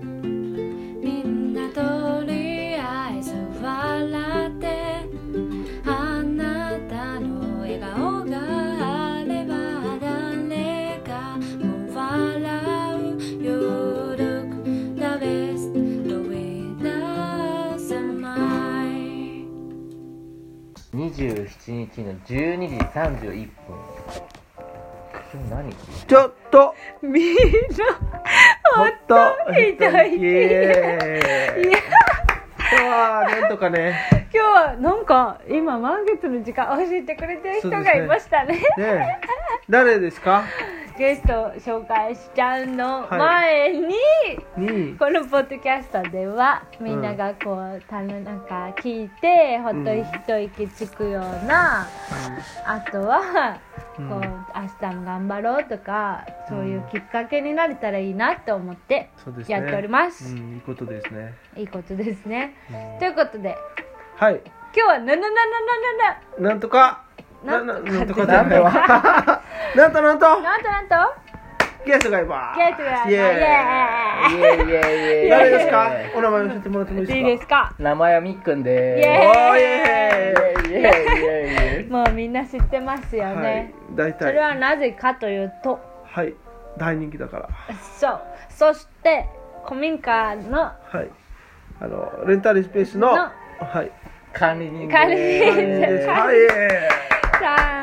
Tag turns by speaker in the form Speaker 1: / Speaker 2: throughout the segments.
Speaker 1: みんなとりあえず笑ってあなたの笑顔があれば誰かも笑うよ Look the best the way doesn't mind
Speaker 2: 27日の12時31分今日何
Speaker 3: ちょっと
Speaker 4: みん
Speaker 3: もっと
Speaker 4: な痛いたい
Speaker 3: イエーイ
Speaker 4: いや
Speaker 3: あーなんとかね
Speaker 4: 今日はなんか今満月の時間教えてくれてる人がいましたね
Speaker 3: ねえ誰ですか
Speaker 4: ゲストを紹介しちゃうの
Speaker 3: はい
Speaker 4: 前に、
Speaker 3: に
Speaker 4: このポッドキャストではみんながこう、たのなんか聞いてほっと一息つくような、あとは、
Speaker 3: うん
Speaker 4: こう明日も頑張ろうとかそういうきっかけになれたらいいなと思って
Speaker 3: そうですね
Speaker 4: やっております
Speaker 3: うんいいことですね
Speaker 4: いいことですね、
Speaker 3: うん
Speaker 4: ということで
Speaker 3: はい
Speaker 4: 今日はなななななな
Speaker 3: なんとか
Speaker 4: なんとか
Speaker 3: なんとかじゃないわなんとなんと
Speaker 4: ななんとなんと
Speaker 3: ゲストがいます
Speaker 4: ゲストがいます
Speaker 3: イエ
Speaker 4: イエーイ
Speaker 2: イエーイイエーイ
Speaker 3: ーイ誰ですかお名前教えてもらってもいい
Speaker 4: いいで
Speaker 3: ですすか
Speaker 4: か
Speaker 2: 名前はみっくんで
Speaker 4: イエ
Speaker 2: ー
Speaker 4: ーイ
Speaker 3: おーイエーイ
Speaker 2: すイエーイイエーイイエーイ
Speaker 4: もうみんな知ってますよね、
Speaker 3: はい大
Speaker 4: それ
Speaker 3: 体
Speaker 4: はなぜかというと
Speaker 3: はい大人気だから
Speaker 4: そうそして古民家の
Speaker 3: はいあのレンタルスペースの
Speaker 4: の
Speaker 3: はい
Speaker 2: 管理人で
Speaker 4: 管理人
Speaker 3: 大人気です
Speaker 4: は
Speaker 3: はいいイエ
Speaker 4: さ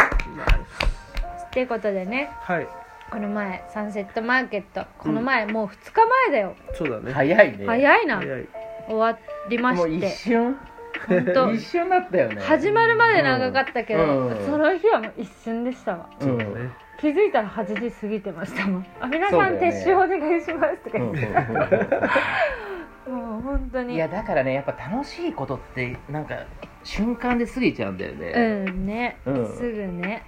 Speaker 3: ーイ
Speaker 4: んってことでね
Speaker 3: はい
Speaker 4: この前サンセットマーケットこの前、もう2日前だよ
Speaker 3: そうだね
Speaker 2: 早いね
Speaker 4: 早いな
Speaker 3: 早い
Speaker 4: 終わりま
Speaker 2: もう
Speaker 4: し
Speaker 2: 一
Speaker 4: て
Speaker 2: 瞬
Speaker 4: 本当
Speaker 2: 一瞬だったよね
Speaker 4: 始まるまで長かったけど、
Speaker 2: うんうん
Speaker 4: その日はもう一瞬でしたわ
Speaker 2: うん
Speaker 3: そうだね
Speaker 4: 気づいたら8時過ぎてましたもんあ皆
Speaker 2: そう
Speaker 4: さ
Speaker 2: だ
Speaker 4: ん、
Speaker 2: よね
Speaker 4: 撤収お願いしますとか
Speaker 2: うん
Speaker 4: 言
Speaker 2: う
Speaker 4: っ
Speaker 2: ん
Speaker 4: て、
Speaker 2: う
Speaker 4: もう本当
Speaker 2: ん
Speaker 4: に
Speaker 2: いやだからねやっぱ楽しいことってなんか瞬間で過ぎちゃうんだよね
Speaker 4: うんね、
Speaker 2: うん
Speaker 4: すぐね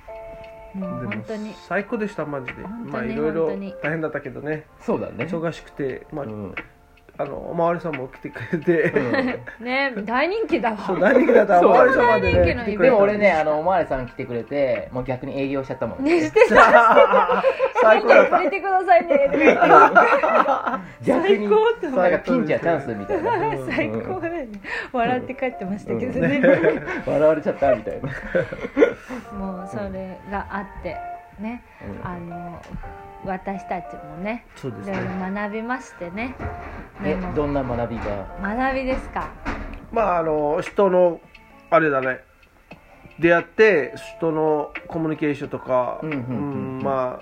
Speaker 4: もう
Speaker 3: で
Speaker 4: 本
Speaker 3: も
Speaker 4: 当に
Speaker 3: 最高でしたマジで
Speaker 4: 本当に
Speaker 3: まあいろいろ
Speaker 4: 本当に
Speaker 3: 大変だったけどね
Speaker 2: そうだね
Speaker 3: 忙しくてまあ
Speaker 2: うん
Speaker 3: あのおまわりさんも来てくれて、
Speaker 2: うん
Speaker 4: ね大人気だわ
Speaker 3: そう大人気だったら
Speaker 2: そ
Speaker 3: お
Speaker 2: う
Speaker 3: まわりさんまで
Speaker 4: 大人気
Speaker 3: ね
Speaker 4: の
Speaker 3: 来てくれ
Speaker 2: で
Speaker 3: た
Speaker 2: も俺ねあのおまわりさん来てくれてもう逆に営業しちゃったもん
Speaker 4: ねしてさ
Speaker 3: 最高だった
Speaker 4: 入れてくださいね
Speaker 2: 逆に
Speaker 4: 最高って思う
Speaker 2: なんかピンチはチャンスみたいな
Speaker 3: うん
Speaker 4: 最高だよね笑って帰ってましたけどね,、
Speaker 2: 笑われちゃったみたいな
Speaker 4: もうそれがあってねあの私たちもね
Speaker 3: そうで
Speaker 4: い
Speaker 3: す
Speaker 4: ろいろ
Speaker 3: ね
Speaker 4: 学びましてねで
Speaker 2: え
Speaker 4: も
Speaker 2: どんな学びが
Speaker 4: 学びですか
Speaker 3: まああの人のあれだね出会って人のコミュニケーションとか
Speaker 2: うんうんうんうん
Speaker 3: うんま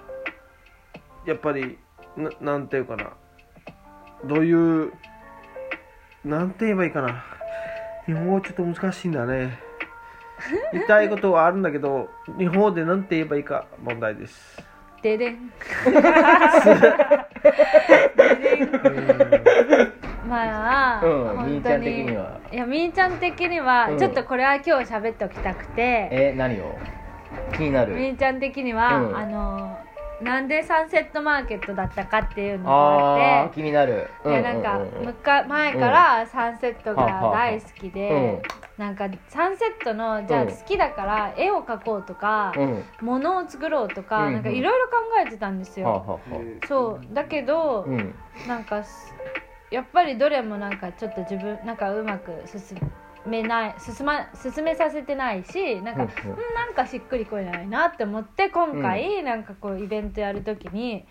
Speaker 3: あやっぱりななんていうかなどういうなんて言えばいいかな日本語ちょっと難しいんだね 言いたいことはあるんだけど日本語でなんて言えばいいか問題です
Speaker 4: ででんまあ、
Speaker 2: うんみー
Speaker 4: 本
Speaker 2: ち
Speaker 4: 当
Speaker 2: ゃん的
Speaker 4: に
Speaker 2: にはい
Speaker 4: やみーちゃん的には、
Speaker 2: うん
Speaker 4: ちょっとこれは今日喋っておきたくて
Speaker 2: え何を気にな
Speaker 4: み
Speaker 2: る
Speaker 4: ーちゃん的には、
Speaker 2: うん
Speaker 4: あのなんでサンセットマーケットだったかっていうのがあ
Speaker 2: あ
Speaker 4: っ
Speaker 2: ー気になる
Speaker 4: ていやなんか
Speaker 2: ううう
Speaker 4: むか前からサンセットが大好きで、
Speaker 2: うん
Speaker 4: なんかサンセットのじゃ
Speaker 2: う
Speaker 4: あ
Speaker 2: ん
Speaker 4: 好きだから絵を描こうとか、
Speaker 2: うん
Speaker 4: 物を作ろうとか、
Speaker 2: うんうん
Speaker 4: なんかいろいろ考えてたんです
Speaker 2: はあは
Speaker 4: よ、
Speaker 2: あは
Speaker 4: そうだけ
Speaker 2: あ
Speaker 4: ど、
Speaker 2: うん
Speaker 4: なんかすやっぱりどれもなんかちょっと自分なんかうまく進めない進,、ま、進めさせてないしなんか、うん
Speaker 2: うんうん
Speaker 4: なんかしっくりこないなって思って今回なんかこうイベントやる時に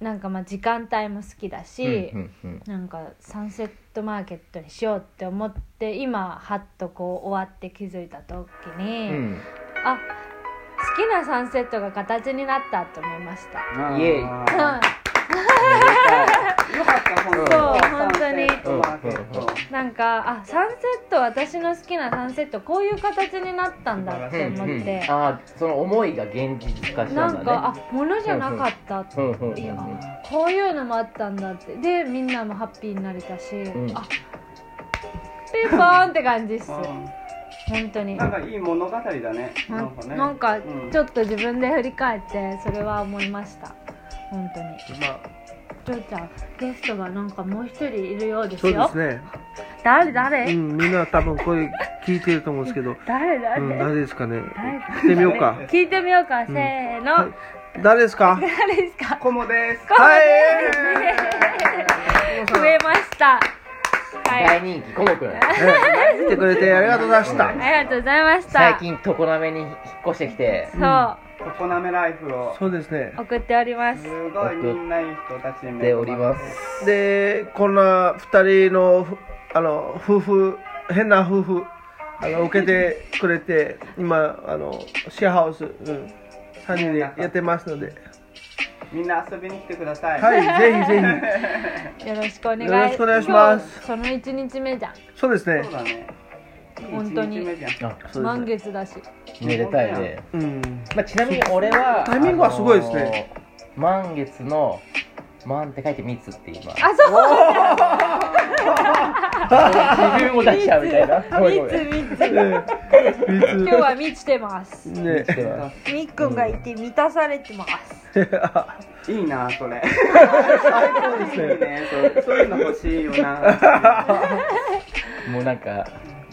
Speaker 4: なんかまあ時間帯も好きだし、
Speaker 2: うんうん
Speaker 4: なんかサンセットマーケットにしようって思って今はっとこう終わって気づいた時
Speaker 2: う
Speaker 4: に、
Speaker 2: ん
Speaker 4: あ好きなサンセットが形になったと思いました。
Speaker 2: イエーイ
Speaker 4: うん
Speaker 5: よかった本当
Speaker 4: そう本当に
Speaker 5: うんマーケット
Speaker 4: なんかあサンセット私の好きなサンセットこういう形になったんだって思っ
Speaker 2: うんうん
Speaker 4: て、
Speaker 2: あーその思いが現実化した
Speaker 4: なん
Speaker 2: だね
Speaker 4: んかあ物じゃなかったって、
Speaker 2: うんうんうん
Speaker 4: いやあこういうのもあったんだってでみんなもハッピーになれたし、
Speaker 2: ん
Speaker 4: あピンポーンって感じっす
Speaker 5: う
Speaker 4: 本当に
Speaker 5: んなんかいい物語だね
Speaker 4: な
Speaker 5: なん
Speaker 4: ん
Speaker 5: かね
Speaker 4: なんか
Speaker 5: うん
Speaker 4: ちょっと自分で振り返ってそれは思いました本当に
Speaker 3: まあ
Speaker 4: ジョーちゃんゲストがなんかもう一人いるようです
Speaker 3: そうで
Speaker 4: よ
Speaker 3: すね
Speaker 4: 誰
Speaker 3: う
Speaker 4: 誰
Speaker 3: ん、みんな多分これ聞いてると思うんですけど、
Speaker 4: 誰
Speaker 3: うん、
Speaker 4: 誰
Speaker 3: 誰ですかね
Speaker 4: 誰
Speaker 3: 聞いてみようか
Speaker 4: 聞いてみようか、せーの。
Speaker 3: 誰ですか
Speaker 4: 誰ですか
Speaker 5: コモです。
Speaker 3: い
Speaker 4: 増えました。はい。
Speaker 2: 大人気、コモくん。
Speaker 3: え来てくれてありがとうございました
Speaker 4: ありがとうございました。
Speaker 2: 最近、常滑に引っ越してきて、
Speaker 4: そう、
Speaker 5: 常滑ライフを。
Speaker 3: そうですね
Speaker 4: 送っております。
Speaker 5: すごいみんないい人たちに
Speaker 2: で
Speaker 5: 恵
Speaker 2: お
Speaker 5: まれて
Speaker 2: ります。
Speaker 3: でこんな2人のふあの夫婦変な夫婦あの受けてくれて今あのシェアハウス、うん、3人でやってますので
Speaker 5: みんな遊びに来てください。
Speaker 3: はいぜひぜひ
Speaker 4: よろしくお願い。
Speaker 3: よろしくお願いします
Speaker 4: 今日その一日目じゃん。
Speaker 3: そうですね
Speaker 5: そうだね。
Speaker 4: 本当に
Speaker 5: いい一日目じゃん
Speaker 2: あ、
Speaker 3: そう
Speaker 4: 満
Speaker 3: ですね
Speaker 4: 月だし。
Speaker 2: めでたいね。
Speaker 3: うん
Speaker 2: まあ、ちなみに俺は、
Speaker 3: タイミングはすごいですね
Speaker 2: あのー。満月の、満って書いて蜜って言います。
Speaker 4: あ、そう。
Speaker 2: 自分も出しちゃうみたいな。ごめんご
Speaker 4: 三
Speaker 2: めん
Speaker 4: つ三つ。今日は満ちてます。
Speaker 3: ね
Speaker 2: してます
Speaker 4: みっくんがいて満たされてます。
Speaker 5: いいなそれ。
Speaker 3: 最高です
Speaker 5: いい
Speaker 3: ね
Speaker 5: ねそうそういうの欲しいよな。
Speaker 2: もうなんか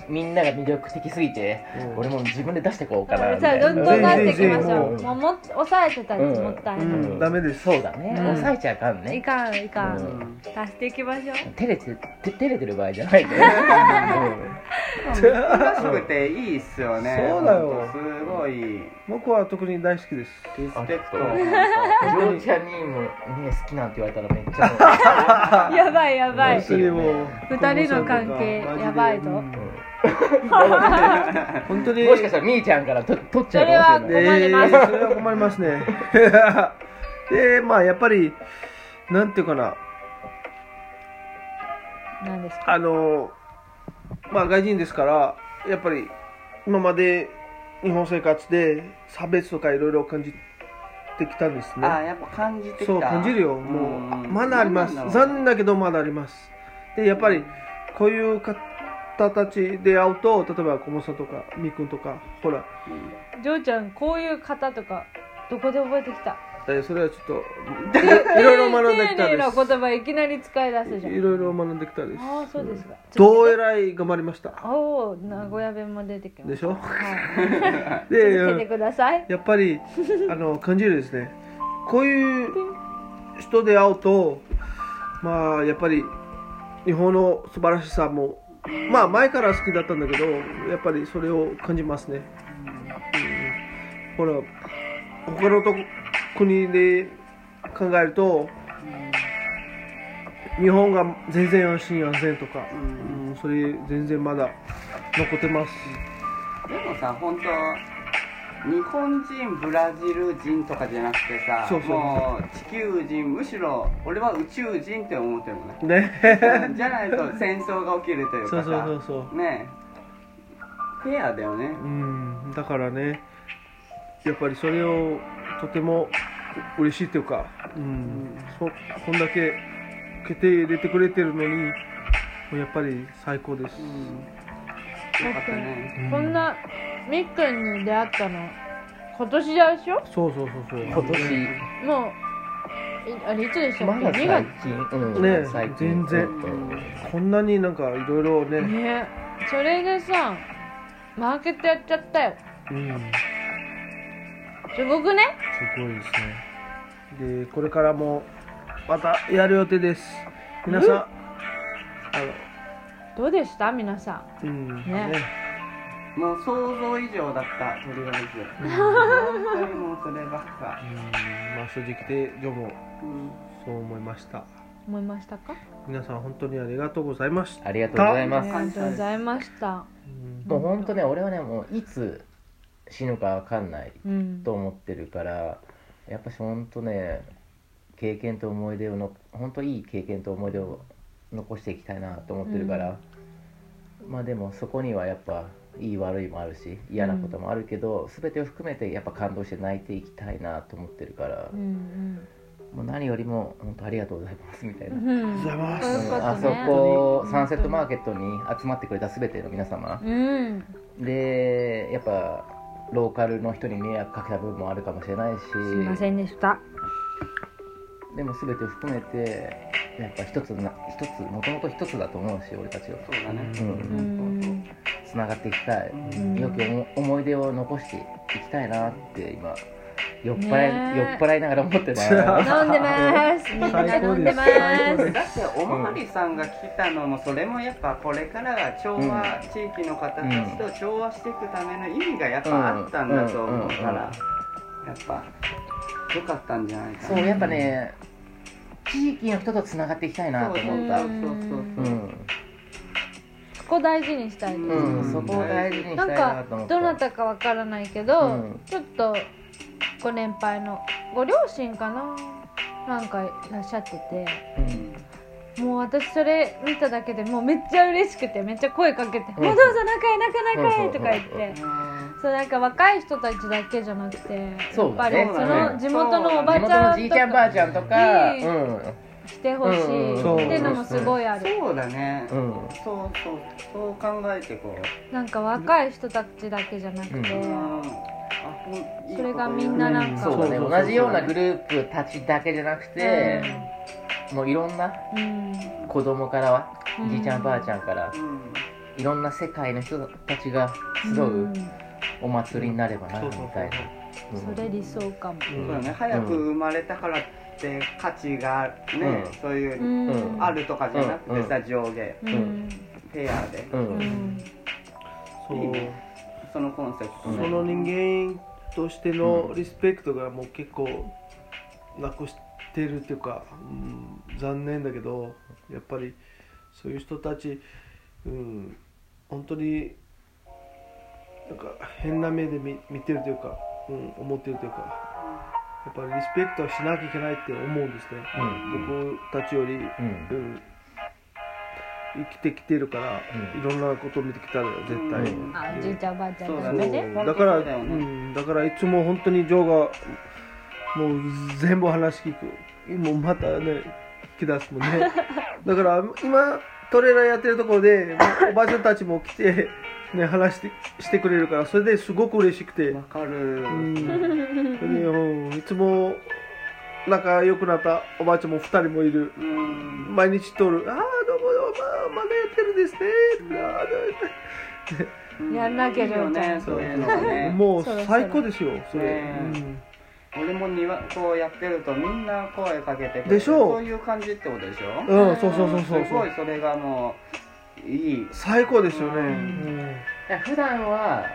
Speaker 2: みんなが魅力的すぎて、
Speaker 3: うん
Speaker 2: 俺も自分で出してこうかなみ
Speaker 4: さ
Speaker 2: た
Speaker 4: あ
Speaker 2: いな
Speaker 4: どんどん出していきまし
Speaker 3: ぜひ
Speaker 4: ょ
Speaker 3: ぜ
Speaker 4: う。
Speaker 3: ひ
Speaker 4: もうもっ抑えてたら
Speaker 2: うん
Speaker 4: もったい
Speaker 3: うん
Speaker 4: な
Speaker 3: ダメです
Speaker 2: そうだね、
Speaker 3: うん
Speaker 2: 抑えちゃあかん
Speaker 4: い。い
Speaker 2: ね
Speaker 4: かんいかん。
Speaker 2: ん
Speaker 4: 出していきましょう。
Speaker 2: 照れてて照れてる場合じゃないね、
Speaker 5: 楽しくていいっすよね。
Speaker 3: そうだよ
Speaker 5: ほんとすごい
Speaker 3: 僕は特に大好きです
Speaker 5: リスペクト。
Speaker 2: うんジョーちゃんにもね好きなんて言われたらめっちゃ
Speaker 4: やばいやば
Speaker 2: はい
Speaker 3: 本。当にもう
Speaker 4: 二人の関係
Speaker 3: マジで
Speaker 4: やばいぞ
Speaker 3: うん本当
Speaker 2: もう
Speaker 3: に
Speaker 2: もしかしたらみーちゃんからと取っちゃうかもし
Speaker 4: そ
Speaker 2: れない
Speaker 4: れ困ります
Speaker 3: えーそれは困りますね でまあやっぱりなんていうかな
Speaker 4: なんですか。
Speaker 3: あのまあ外人ですからやっぱり今まで日本生活で差別とかいろいろ感じてきたんですね
Speaker 5: あやっぱ感じてきた。
Speaker 3: そう感じるよ
Speaker 5: ん
Speaker 3: もうまだあります
Speaker 5: なんだろう
Speaker 3: 残念だけどまだありますでやっぱりこういう方たちで会うと例えば小室さんとかみーくんとかほら
Speaker 4: ジョーちゃんこういう方とかどこで覚えてきた。
Speaker 3: えそれはちょっといろいろ学んできた
Speaker 4: 丁寧な
Speaker 3: で
Speaker 4: 言葉いきなり使い出すじ
Speaker 3: す
Speaker 4: ゃ
Speaker 3: い
Speaker 4: ん。
Speaker 3: ろいろ学んできたです
Speaker 4: ああそうですか。
Speaker 3: どうえらい頑張りました
Speaker 4: おお名古屋弁も出てきま
Speaker 3: で
Speaker 4: し
Speaker 3: しょ
Speaker 4: た。はい。
Speaker 3: で
Speaker 4: 続けてください。
Speaker 3: やっぱ りあの感じるですねこういう人で会うとまあやっぱり日本の素晴らしさもまあ前から好きだったんだけどやっぱりそれを感じますね、うん、ほら他のとこ国で考えると日本が全然安心安全とか、うん、それ全然まだ残ってます、
Speaker 5: でもさ本当日本人ブラジル人とかじゃなくてさ
Speaker 3: そうそう
Speaker 5: もう地球人むしろ俺は宇宙人って思ってるのね
Speaker 3: ね
Speaker 5: うんじゃないと戦争が起きるとい う
Speaker 3: そ
Speaker 5: かさ
Speaker 3: うそうそうそう
Speaker 5: ねえフェアだよね
Speaker 3: うんだからねやっぱりそれをとても嬉しいというか、うん、そこんだけ受けて入れてくれてるのにもうやっぱり最高です、
Speaker 5: うんよかったね
Speaker 3: うん
Speaker 4: こんなみっくんに出会ったの今年でしょ
Speaker 3: そうそうそうそう
Speaker 2: 今年
Speaker 4: もういあれいつでした
Speaker 2: ま
Speaker 4: っけ
Speaker 2: だ
Speaker 4: 2
Speaker 2: 最
Speaker 4: 月
Speaker 2: 近、うん、
Speaker 3: ね
Speaker 2: 最近
Speaker 3: 全然こんなになんかいろいろね、
Speaker 4: ねそれでさマーケットやっちゃったよ
Speaker 3: うん、
Speaker 4: すごくね
Speaker 3: すごいですねでこれからもまたやる予定です皆さんあ
Speaker 4: どうでした皆さ
Speaker 3: のうん
Speaker 4: ね
Speaker 3: ね
Speaker 5: もう想像以上だったとりあえ ず本当にもうそればっか、
Speaker 3: うんまあ正直でジョも
Speaker 5: うん
Speaker 3: そう思いました
Speaker 4: ん思いましたか
Speaker 3: 皆さん本当にありがとうございました
Speaker 2: ありがとうござい
Speaker 4: あ
Speaker 2: ま
Speaker 4: り
Speaker 2: す
Speaker 4: がとうございました
Speaker 3: うん
Speaker 2: もう本当ね俺はねもういつ死ぬかわかんない
Speaker 4: うん
Speaker 2: と思ってるからやっぱし本当ね経験と思い出をの本当いい経験と思い出を残していきたいなと思ってるから、まあでもそこにはやっぱいい悪いもあるし嫌なこともあるけど、全てを含めてやっぱ感動して泣いていきたいなと思ってるから
Speaker 4: う、ん
Speaker 2: もう何よりも本当ありがとうございますみたいな。
Speaker 4: うんうん
Speaker 3: ざいます
Speaker 4: そういうことね
Speaker 2: あそこサンセットマーケットに集まってくれた全ての皆様、
Speaker 4: うん
Speaker 2: でやっぱローカルの人に迷惑かけた部分もあるかもしれないし
Speaker 4: すいませんでした
Speaker 2: でも全てを含めてやっぱ一つな一つもともと一つだと思うし俺たちは
Speaker 5: そうだね
Speaker 2: う
Speaker 4: うんん
Speaker 2: つながっていきたい、
Speaker 4: うん
Speaker 2: よく思思い出を残していきたいなって今酔っ払い、
Speaker 4: ねえ
Speaker 2: 酔っ払いながら思ってた よ
Speaker 4: 飲んでますみんな飲んでます
Speaker 3: 最高です
Speaker 5: だっておまわりさんが来たのもそれもやっぱこれからが調和、地域の方たちと調和していくための意味がやっぱあったんだと思うから、
Speaker 2: うんうんうん
Speaker 5: やっぱ良かったんじゃないかな
Speaker 2: そうやっぱね地域の人とつながっていきたいなと思った
Speaker 5: そう
Speaker 2: う、
Speaker 5: そうそうそうん
Speaker 4: そこ大事にしたいで
Speaker 2: うん
Speaker 5: うん
Speaker 2: そこを大事にし
Speaker 4: す
Speaker 2: た
Speaker 4: ないん
Speaker 2: なと思
Speaker 4: か
Speaker 2: った
Speaker 4: どなたかわからないけど、
Speaker 2: うん
Speaker 4: ちょっとご年配のご両親かななんかいらっしゃってて
Speaker 2: うん
Speaker 4: もう私それ見ただけでもうめっちゃ嬉しくてめっちゃ声かけて「
Speaker 2: うん
Speaker 4: もうどうぞ仲へ仲へ仲
Speaker 2: う
Speaker 4: へ」
Speaker 2: ん
Speaker 4: とか言って、
Speaker 5: うん
Speaker 4: そうなんか若い人たちだけじゃなくてや
Speaker 2: そ
Speaker 4: っ
Speaker 2: う
Speaker 4: ぱ
Speaker 2: だ
Speaker 4: り
Speaker 2: ね
Speaker 4: その地元のおば
Speaker 2: 地
Speaker 4: ち
Speaker 2: 元
Speaker 4: ゃ
Speaker 2: の
Speaker 4: ん
Speaker 2: じい
Speaker 4: と
Speaker 2: ちゃんばあちゃんとか
Speaker 4: に
Speaker 2: うん
Speaker 4: 来てほしい
Speaker 2: うん
Speaker 4: っていうのもすごいある、
Speaker 5: そうだね、
Speaker 2: うん
Speaker 5: そうそうそう考えてこう、
Speaker 4: なんか若い人たちだけじゃなくて、
Speaker 2: う
Speaker 5: うんあほんいいこと言う
Speaker 4: それがみんななんか
Speaker 2: そうだね
Speaker 3: そうそうそう
Speaker 2: 同じようなグループたちだけじゃなくて、もういろんな
Speaker 4: うん
Speaker 2: 子供からは、
Speaker 4: うん
Speaker 2: じいちゃんばあちゃんから
Speaker 5: うん
Speaker 2: いろんな世界の人たちが集
Speaker 4: う
Speaker 2: うんお祭りになればな
Speaker 3: そ
Speaker 2: み
Speaker 3: うそうそ
Speaker 2: た
Speaker 3: う
Speaker 2: いな、うん
Speaker 4: それ理想かも、
Speaker 5: そうだね、早く生まれたからって価値がね、
Speaker 2: うん
Speaker 5: そういうう、
Speaker 4: ん
Speaker 2: うん
Speaker 5: あるとかじゃなくてさ、上下
Speaker 4: うんん
Speaker 5: ペアで、
Speaker 2: う
Speaker 4: うんん
Speaker 3: そう
Speaker 5: いいねそのコンセプト
Speaker 2: うん
Speaker 5: ね
Speaker 3: その人間としてのリスペクトがもう結構なくしてるっていうか、うん、残念だけどやっぱりそういう人たち、うん、本当になんか変な目で見見てるというか、うん、思ってるというかやっぱりリスペクトはしなきゃいけないって思うんですね、僕たちより、
Speaker 2: う
Speaker 3: うんん、生きてきてるから、
Speaker 2: うん
Speaker 3: いろんなことを見てきたら絶対。
Speaker 2: うん
Speaker 4: あおじいちゃんおばあちゃん
Speaker 5: そう
Speaker 4: だ
Speaker 5: だ
Speaker 4: ね
Speaker 5: ね
Speaker 4: ね
Speaker 5: 本
Speaker 3: だ
Speaker 5: 当
Speaker 3: から、
Speaker 5: そうだよ
Speaker 3: う
Speaker 5: ね
Speaker 3: ん、だからいつも本当にジョーがもう全部話聞くもうまたね聞き出すもん ねだから今トレーラーやってるところでおばあちゃんたちも来て、ね、話してしてくれるからそれですごく嬉しくて、
Speaker 5: わかる、
Speaker 3: うん、それでうんいつも仲良くなったおばあちゃんも2人もいる
Speaker 5: うん
Speaker 3: 毎日通る「ああどうもどうもまあまだやってるんですね」あーどうも
Speaker 4: やんなきゃ
Speaker 5: いいよ
Speaker 4: りょうちゃ
Speaker 5: ね
Speaker 4: ん
Speaker 5: そういうのね
Speaker 3: もう
Speaker 4: そろそろ
Speaker 3: 最高ですよそれ、
Speaker 5: ねえ
Speaker 3: うん
Speaker 5: 俺も庭こうやってるとみんな声かけてくれる
Speaker 3: でしょう
Speaker 5: そういう感じってことでしょ、
Speaker 3: うん、そうそうそうそう
Speaker 5: す
Speaker 3: そ
Speaker 5: ご
Speaker 3: う
Speaker 5: いそれがもういい
Speaker 3: 最高ですよね、
Speaker 2: いや普段は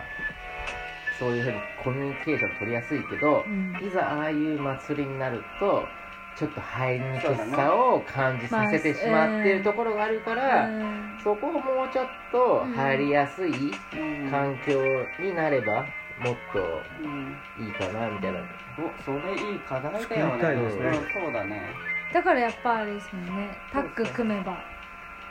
Speaker 2: そういうふうにコミュニケーション取りやすいけど、
Speaker 4: うん
Speaker 2: いざああいう祭りになるとちょっと入りにくさを感じさせてしまっているところがあるから、
Speaker 4: うん
Speaker 2: そこをもうちょっと入りやすい
Speaker 5: うん
Speaker 2: 環境になればもっと
Speaker 5: うん
Speaker 2: いいかなみたいな、
Speaker 5: おそれいい課題だ
Speaker 3: 作りたい
Speaker 5: よ
Speaker 3: で
Speaker 5: ね
Speaker 3: す
Speaker 2: ね
Speaker 5: うんそうだね
Speaker 4: だからやっぱあれですもんねタッグ組めば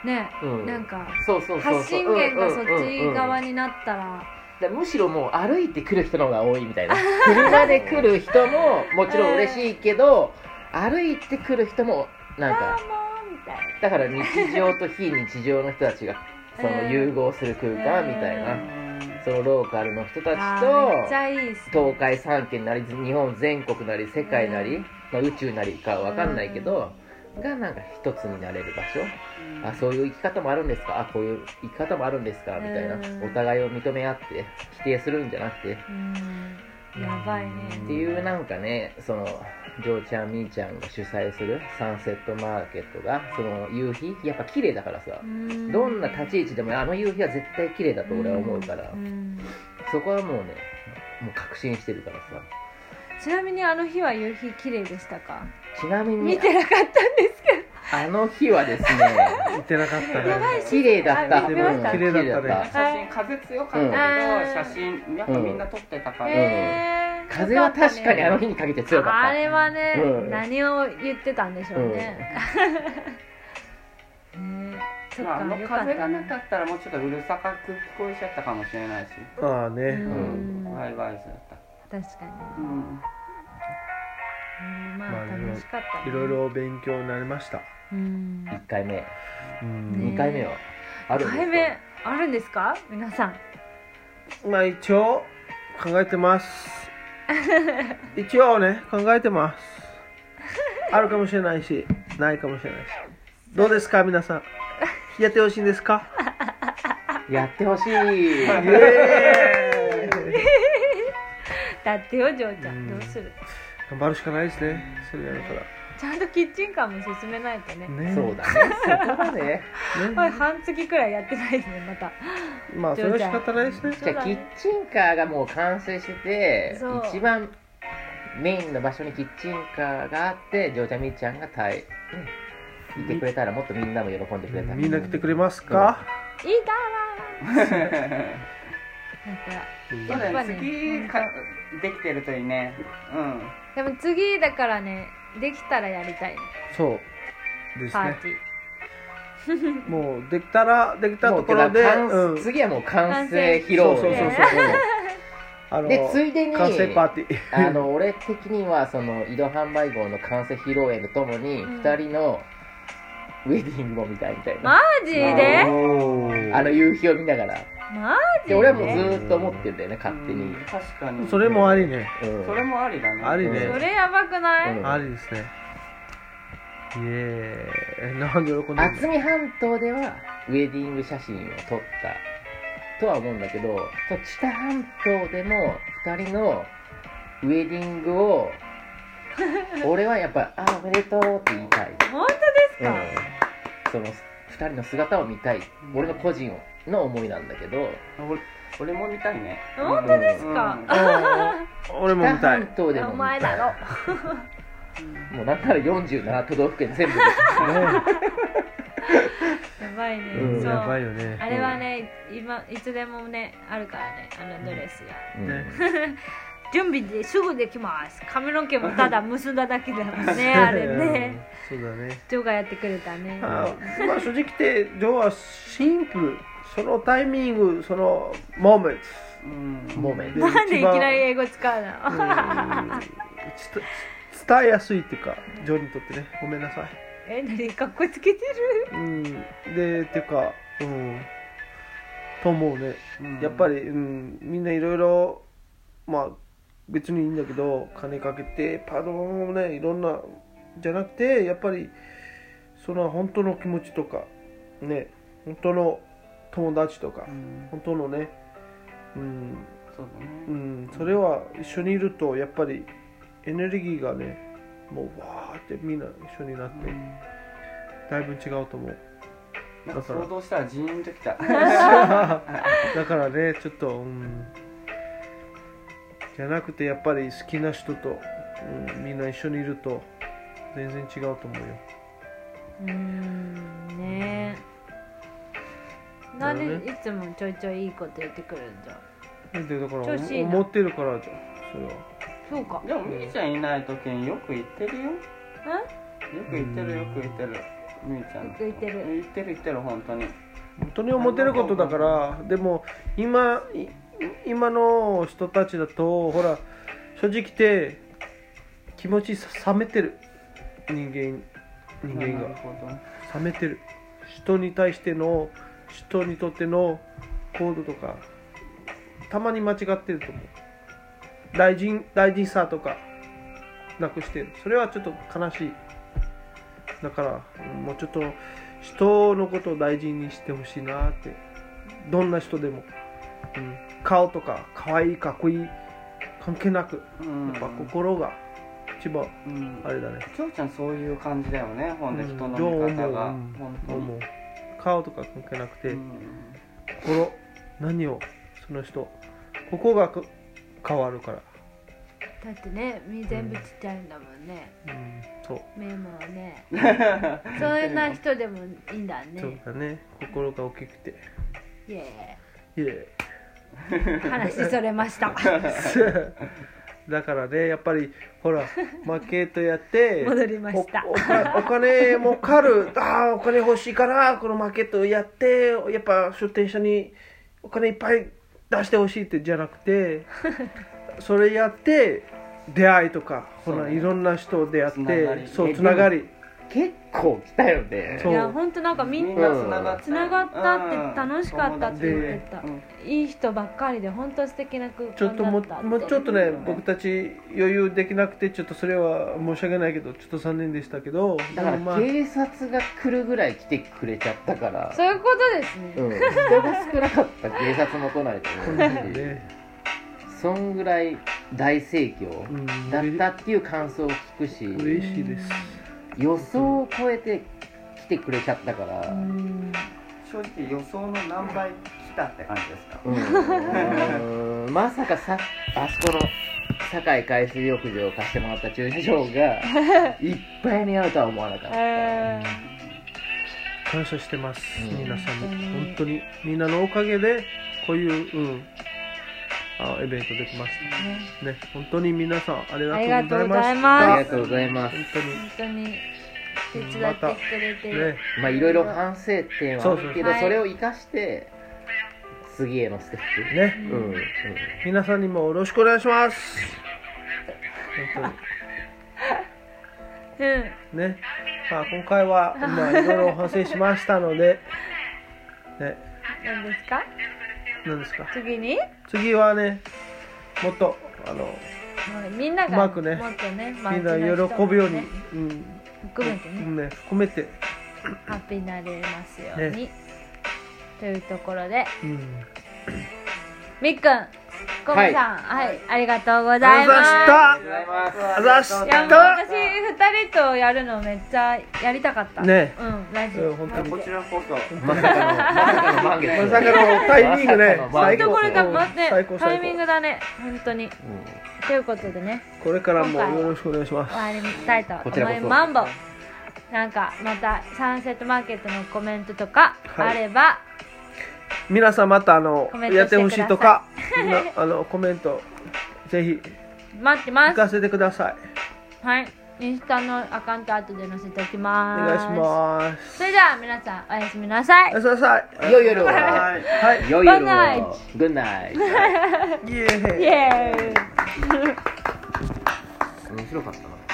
Speaker 4: ね
Speaker 2: うん
Speaker 4: なんか
Speaker 2: そうそうそうそう
Speaker 4: 発信源がそ
Speaker 2: う
Speaker 4: っ
Speaker 2: んうんうんう
Speaker 4: ち
Speaker 2: ん
Speaker 4: 側になったら
Speaker 2: だからむしろもう歩いてくる人の方が多いみたいな車で来る人ももちろん嬉しいけど、歩いてくる人もなんか
Speaker 4: もうみたい
Speaker 2: だから日常と非日常の人たちがそ
Speaker 4: うん
Speaker 2: の融合する空間みたいな、そのローカルの人た
Speaker 4: な
Speaker 2: ち
Speaker 4: あーめっち
Speaker 2: と
Speaker 4: ゃいいっすね
Speaker 2: 東海3県なり日本全国なり世界なり、まあ、宇宙なりかわかんないけど、がなんか一つになれる場所、あそういう生き方もあるんですかあこういう生き方もあるんですかみたいな、
Speaker 4: うん
Speaker 2: お互いを認め合って否定するんじゃなくて
Speaker 4: うんやばいね
Speaker 2: っていうなんかねそのジョーちゃんみーちゃんが主催するサンセットマーケットがその夕日やっぱ綺麗だからさ、
Speaker 4: うん
Speaker 2: どんな立ち位置でもあの夕日は絶対綺麗だと俺は思うから、
Speaker 4: うん
Speaker 2: そこはもうねもう確信してるからさ
Speaker 4: ちなみにあの日は夕日綺麗でしたか
Speaker 2: ちなみに
Speaker 4: 見てなかったんですけど
Speaker 2: あの日は ですね
Speaker 3: 行ってなかったね
Speaker 4: やばいし
Speaker 2: 綺麗だった
Speaker 4: あ
Speaker 2: うん
Speaker 4: 見ました
Speaker 3: 綺麗だったね
Speaker 2: 綺麗だっ
Speaker 5: 写真風強かったけど、
Speaker 4: うん
Speaker 5: 写真やっぱみんな撮ってたから、
Speaker 4: へー
Speaker 2: た風は確かにあの日にかけて強かった
Speaker 4: あれはね、
Speaker 2: うん
Speaker 4: 何を言ってたんでしょうね。ねそっ
Speaker 5: まあ、あ
Speaker 4: か、
Speaker 5: の
Speaker 4: よかっ
Speaker 5: 風
Speaker 4: た
Speaker 5: がなか
Speaker 4: ね。
Speaker 5: ったらもうちょっとうるさかく聞こえちゃったかもしれないし、
Speaker 3: ああ
Speaker 4: う
Speaker 3: ね、
Speaker 4: ん、
Speaker 5: ワイワイズだった。
Speaker 4: 確かに。
Speaker 5: うん、
Speaker 4: うんま
Speaker 3: ま
Speaker 4: あ、
Speaker 3: あ
Speaker 4: 楽しかった、ね。
Speaker 3: いろい。ろ勉強になりました、
Speaker 4: うん。
Speaker 2: 1回目
Speaker 3: うん
Speaker 4: ね
Speaker 2: 2回目はあるんです
Speaker 4: 解
Speaker 2: よ
Speaker 4: 明あるんですか、皆さん。
Speaker 3: まあ一応考えてます一応ね考えてますあるかもしれないしないかもしれないしどうですか皆さんやってほしいんですか
Speaker 2: やってほ しい
Speaker 4: だってよジョーちゃ
Speaker 3: うんん
Speaker 4: どうする
Speaker 3: 頑張るしかないですねそれやるから
Speaker 4: ちゃんとキッチンカーも進めないとね
Speaker 3: ね
Speaker 2: そうだねそこだね
Speaker 3: ね
Speaker 4: これ半月くらいやってないですねまた
Speaker 3: まあそれは仕方ないですね
Speaker 2: じゃあキッチンカーがもう完成してて
Speaker 4: そう
Speaker 2: 一番メインの場所にキッチンカーがあってジョージャミーちゃんがたいいてくれたらもっとみんなも喜んでくれたら
Speaker 3: みんな来てくれますか、
Speaker 4: いいだわーなんか
Speaker 3: うん
Speaker 5: そうだね次かできてるといいねうん
Speaker 4: でも次だからねできたらやりたいね
Speaker 3: そうです
Speaker 4: パ
Speaker 3: ね
Speaker 4: ーティー
Speaker 3: もうできたらできた
Speaker 2: も
Speaker 3: と
Speaker 2: う
Speaker 3: ころで、
Speaker 2: だから完
Speaker 3: うん
Speaker 2: 次はもう完成披露
Speaker 3: そうそうそうそう
Speaker 2: ね
Speaker 3: あの
Speaker 2: でついでに
Speaker 3: 完成パーティー
Speaker 2: あの俺的にはその移動販売号の完成披露宴とともに
Speaker 4: うん
Speaker 2: 2人のウェディングを見たいみたい
Speaker 4: マ
Speaker 2: な、
Speaker 4: ジで
Speaker 3: おー
Speaker 2: あの夕日を見ながら
Speaker 4: マ
Speaker 2: で
Speaker 4: ジで
Speaker 2: 俺はもうずーっと思ってるんだよね勝手に、
Speaker 5: うん確かに
Speaker 3: それもありね
Speaker 2: うん
Speaker 5: それもありだね
Speaker 3: ありね、
Speaker 2: うん
Speaker 4: それやばくない、
Speaker 2: うん
Speaker 3: ありですねイエーイなんで喜んでる
Speaker 2: 渥美半島ではウェディング写真を撮ったとは思うんだけどその知多半島でも2人のウェディングを俺はやっぱ「あおめでとう」って言いたい、
Speaker 4: 本当です
Speaker 2: う
Speaker 4: か、
Speaker 2: ん、その2人の姿を見たい俺の個人の思いなんだけど
Speaker 5: 俺俺も見たいね
Speaker 4: 本当ですか、
Speaker 5: うん
Speaker 3: の俺も
Speaker 2: 北
Speaker 3: 見た
Speaker 2: 半
Speaker 3: い
Speaker 2: 島でも
Speaker 4: お
Speaker 2: 見
Speaker 4: 前
Speaker 2: た
Speaker 4: だ
Speaker 2: い
Speaker 4: ろ
Speaker 2: もうなんなら47都道府県全部で
Speaker 4: やばいね、
Speaker 2: うん
Speaker 4: そう
Speaker 3: やばいよね
Speaker 4: あれはね今いつでもねあるからねあのドレスが、
Speaker 2: うん
Speaker 4: 準備ですぐできます髪 の毛もただ結んだだけだもんねあれね
Speaker 3: うんそうだね
Speaker 4: ジョーがやってくれたね
Speaker 3: あまあ正直言ってジョーはシンプルそのタイミングそのモーメン
Speaker 5: うん
Speaker 2: モーメン
Speaker 3: ト
Speaker 2: ト
Speaker 4: なんでいきなり
Speaker 3: り
Speaker 4: 英語使うの、
Speaker 3: 伝えやすいっていうかジョーにとってねごめんなさい
Speaker 4: え何かっこつけて
Speaker 3: う
Speaker 4: る
Speaker 3: んでっていうかうんと思うね
Speaker 5: うん
Speaker 3: やっぱり、うん、みんないろいろまあ別にいいんだけど金かけてパドーンをねいろんなじゃなくてやっぱりその本当の気持ちとかね本当の友達とか
Speaker 5: うん
Speaker 3: 本当のねうん、
Speaker 5: そうだ
Speaker 3: う
Speaker 5: ね
Speaker 3: ん、それは一緒にいるとやっぱりエネルギーがねもうわーってみんな一緒になっ
Speaker 5: う
Speaker 3: て
Speaker 5: ん
Speaker 3: だいぶ違うと思う
Speaker 5: なんか想像したらジーンと きた
Speaker 3: だからねちょっと、うん、じゃなくてやっぱり好きな人と、うん、みんな一緒にいると全然違うと思うよ
Speaker 4: うーんねえなん
Speaker 3: なるほ
Speaker 4: でいつもちょいちょいいいこと言ってくるんじゃん
Speaker 3: でだから
Speaker 4: 調子いいな
Speaker 3: 思ってるからじゃんそれは
Speaker 4: そうか
Speaker 5: でもみーちゃんいない時によく行ってるよよく行ってるよく行ってるみーちゃんの
Speaker 4: よく行ってる
Speaker 5: 行ってる行ってる本当に
Speaker 3: 本当に思ってることだからでも今い今の人たちだとほら正直言って気持ちさ冷めてる人間人間
Speaker 5: なる
Speaker 3: が
Speaker 5: ほど
Speaker 3: 冷めてる人に対しての人にとっての行動とかたまに間違ってると思う大事大事さとかなくしてるそれはちょっと悲しいだからうんもうちょっと人のことを大事にしてほしいなってどんな人でも、うん、顔とか可愛いかっこいい関係なく
Speaker 5: うん
Speaker 3: やっぱ心が一番
Speaker 5: うん
Speaker 3: あれだね
Speaker 5: きょうちゃんそういう感じだよねほんで
Speaker 3: うん
Speaker 5: 人の見方が
Speaker 3: うん
Speaker 5: 本当
Speaker 3: 思
Speaker 5: に
Speaker 3: う顔とか関係なくて、
Speaker 5: うん
Speaker 3: 心何をその人ここがか変わるから、
Speaker 4: だってね身全部ちっちゃいんだもんね、
Speaker 3: うん、そう
Speaker 4: 目もね そういうな人でもいいんだ
Speaker 3: そう
Speaker 4: ね
Speaker 3: だね心が大きくて
Speaker 4: イエ
Speaker 3: い え
Speaker 4: ーイ話それました
Speaker 3: だからねやっぱりほら負けとや って
Speaker 4: 戻りました
Speaker 3: おお金お金儲かるああお金欲しいからこのマーケットやってやっぱ出店者にお金いっぱい出してほしいってじゃなくてそれやって出会いとかほ
Speaker 5: そう
Speaker 3: ら
Speaker 5: ね
Speaker 3: いろんな人でやっ
Speaker 5: つながり
Speaker 3: てそうつながり
Speaker 2: 結構来たよね
Speaker 3: そう
Speaker 4: いや本当なんかみん
Speaker 5: みん
Speaker 4: な
Speaker 5: な繋がった
Speaker 4: つながったって楽しかったって言ってた
Speaker 5: うんうん
Speaker 4: いい人ばっかりで本当素敵な空間だった
Speaker 3: ちょっとも
Speaker 4: て
Speaker 3: もうちょっとね僕たち余裕できなくてちょっとそれは申し訳ないけどちょっと残念でしたけど
Speaker 2: だから
Speaker 3: でもまあ
Speaker 2: 警察が来るぐらい来てくれちゃったから
Speaker 4: そういうことですね、
Speaker 2: うん、人が少なかったら警察も来ないと
Speaker 3: こん
Speaker 2: 思
Speaker 3: なの
Speaker 2: うし
Speaker 3: ね
Speaker 2: そんぐらい大盛況
Speaker 3: うん
Speaker 2: だったっていう感想を聞くし
Speaker 3: 嬉しいです
Speaker 2: 予想を超えて来てくれちゃったから、
Speaker 4: うん
Speaker 5: 正直予想の何倍来たって感じですか
Speaker 2: うーんまさかさあそこの堺海水浴場を貸してもらった駐車場 がいっぱいに合うとは思わなかった、
Speaker 4: え
Speaker 3: 感謝してます
Speaker 2: うん
Speaker 3: 皆さんに
Speaker 4: うん
Speaker 3: 本当にみんなのおかげでこういう、うん、あイベントできまし
Speaker 4: ーね
Speaker 3: たね本当に皆さんあり
Speaker 4: あり
Speaker 3: が
Speaker 4: が
Speaker 3: と
Speaker 4: と
Speaker 3: う
Speaker 4: う
Speaker 3: ご
Speaker 4: ご
Speaker 3: ざ
Speaker 4: ざ
Speaker 3: い
Speaker 4: い
Speaker 3: ま
Speaker 4: ますす
Speaker 2: ありがとうございます
Speaker 3: 本当に
Speaker 4: 本当に手伝ってくれて、
Speaker 3: ね
Speaker 2: まあいろいろ反省点はあるけど
Speaker 4: そうそうそう
Speaker 2: それを生かして次へのステッ
Speaker 3: ね
Speaker 2: プ、うんうん、
Speaker 3: 皆さんにもよろしくお願いします本当に
Speaker 4: うん
Speaker 3: ね、まあ、今回は、まあ、いろいろ反省しましたのでね
Speaker 4: 何ですか
Speaker 3: 何ですか
Speaker 4: 次に
Speaker 3: 次はねもっとあの
Speaker 4: もうみんな
Speaker 3: うま
Speaker 4: が
Speaker 3: くね
Speaker 4: もっとね
Speaker 3: みんな
Speaker 4: 周りの人もね
Speaker 3: 喜ぶように、うん
Speaker 4: 含めてね、
Speaker 3: ね含めて、
Speaker 4: ハッピーになれますように、というところで
Speaker 3: うん、
Speaker 4: みっくんコメさんはい、ありがとうござ
Speaker 3: あ
Speaker 4: い
Speaker 3: りがとうござい
Speaker 4: ま
Speaker 3: ますした
Speaker 5: ざいま
Speaker 3: あざした
Speaker 4: いやもう私二人とやるのめっちゃやりたかった
Speaker 3: ね
Speaker 4: うんラジオ、
Speaker 3: うん本当に
Speaker 5: こちらこそ
Speaker 2: まさかのまさかの満月
Speaker 3: まさかのタイミングね
Speaker 2: まさかの満
Speaker 3: 最
Speaker 2: 月
Speaker 3: 高
Speaker 4: これが待って
Speaker 3: 最高最高
Speaker 4: タイミングだね本当に
Speaker 2: うん
Speaker 4: ということでね
Speaker 3: これからもよろしくお願いします
Speaker 4: 終わりたいと
Speaker 2: こ
Speaker 4: 思
Speaker 2: ちらこ
Speaker 4: い
Speaker 2: そ
Speaker 4: ますマンボなんかまたサンセットマーケットのコメントとかあれば、
Speaker 3: 皆さんまたあの
Speaker 4: コメント
Speaker 3: や
Speaker 4: し
Speaker 3: ってて
Speaker 4: くだ
Speaker 3: ほ
Speaker 4: さ
Speaker 3: しいとかみ
Speaker 4: い
Speaker 3: んなあのコメントぜひ
Speaker 4: 待って
Speaker 3: 聞
Speaker 4: ます
Speaker 3: かせてください
Speaker 4: はいインスタのアカウント後で載せておき
Speaker 3: お
Speaker 4: ます
Speaker 3: 願いします
Speaker 4: それでは皆さんおやすみなさい
Speaker 3: おやすみなさい
Speaker 2: 良い夜を
Speaker 5: はい
Speaker 3: はい
Speaker 2: 良い夜を
Speaker 4: バイバ
Speaker 2: Good night
Speaker 3: イエーイ
Speaker 4: イエーイ
Speaker 2: 面白かったな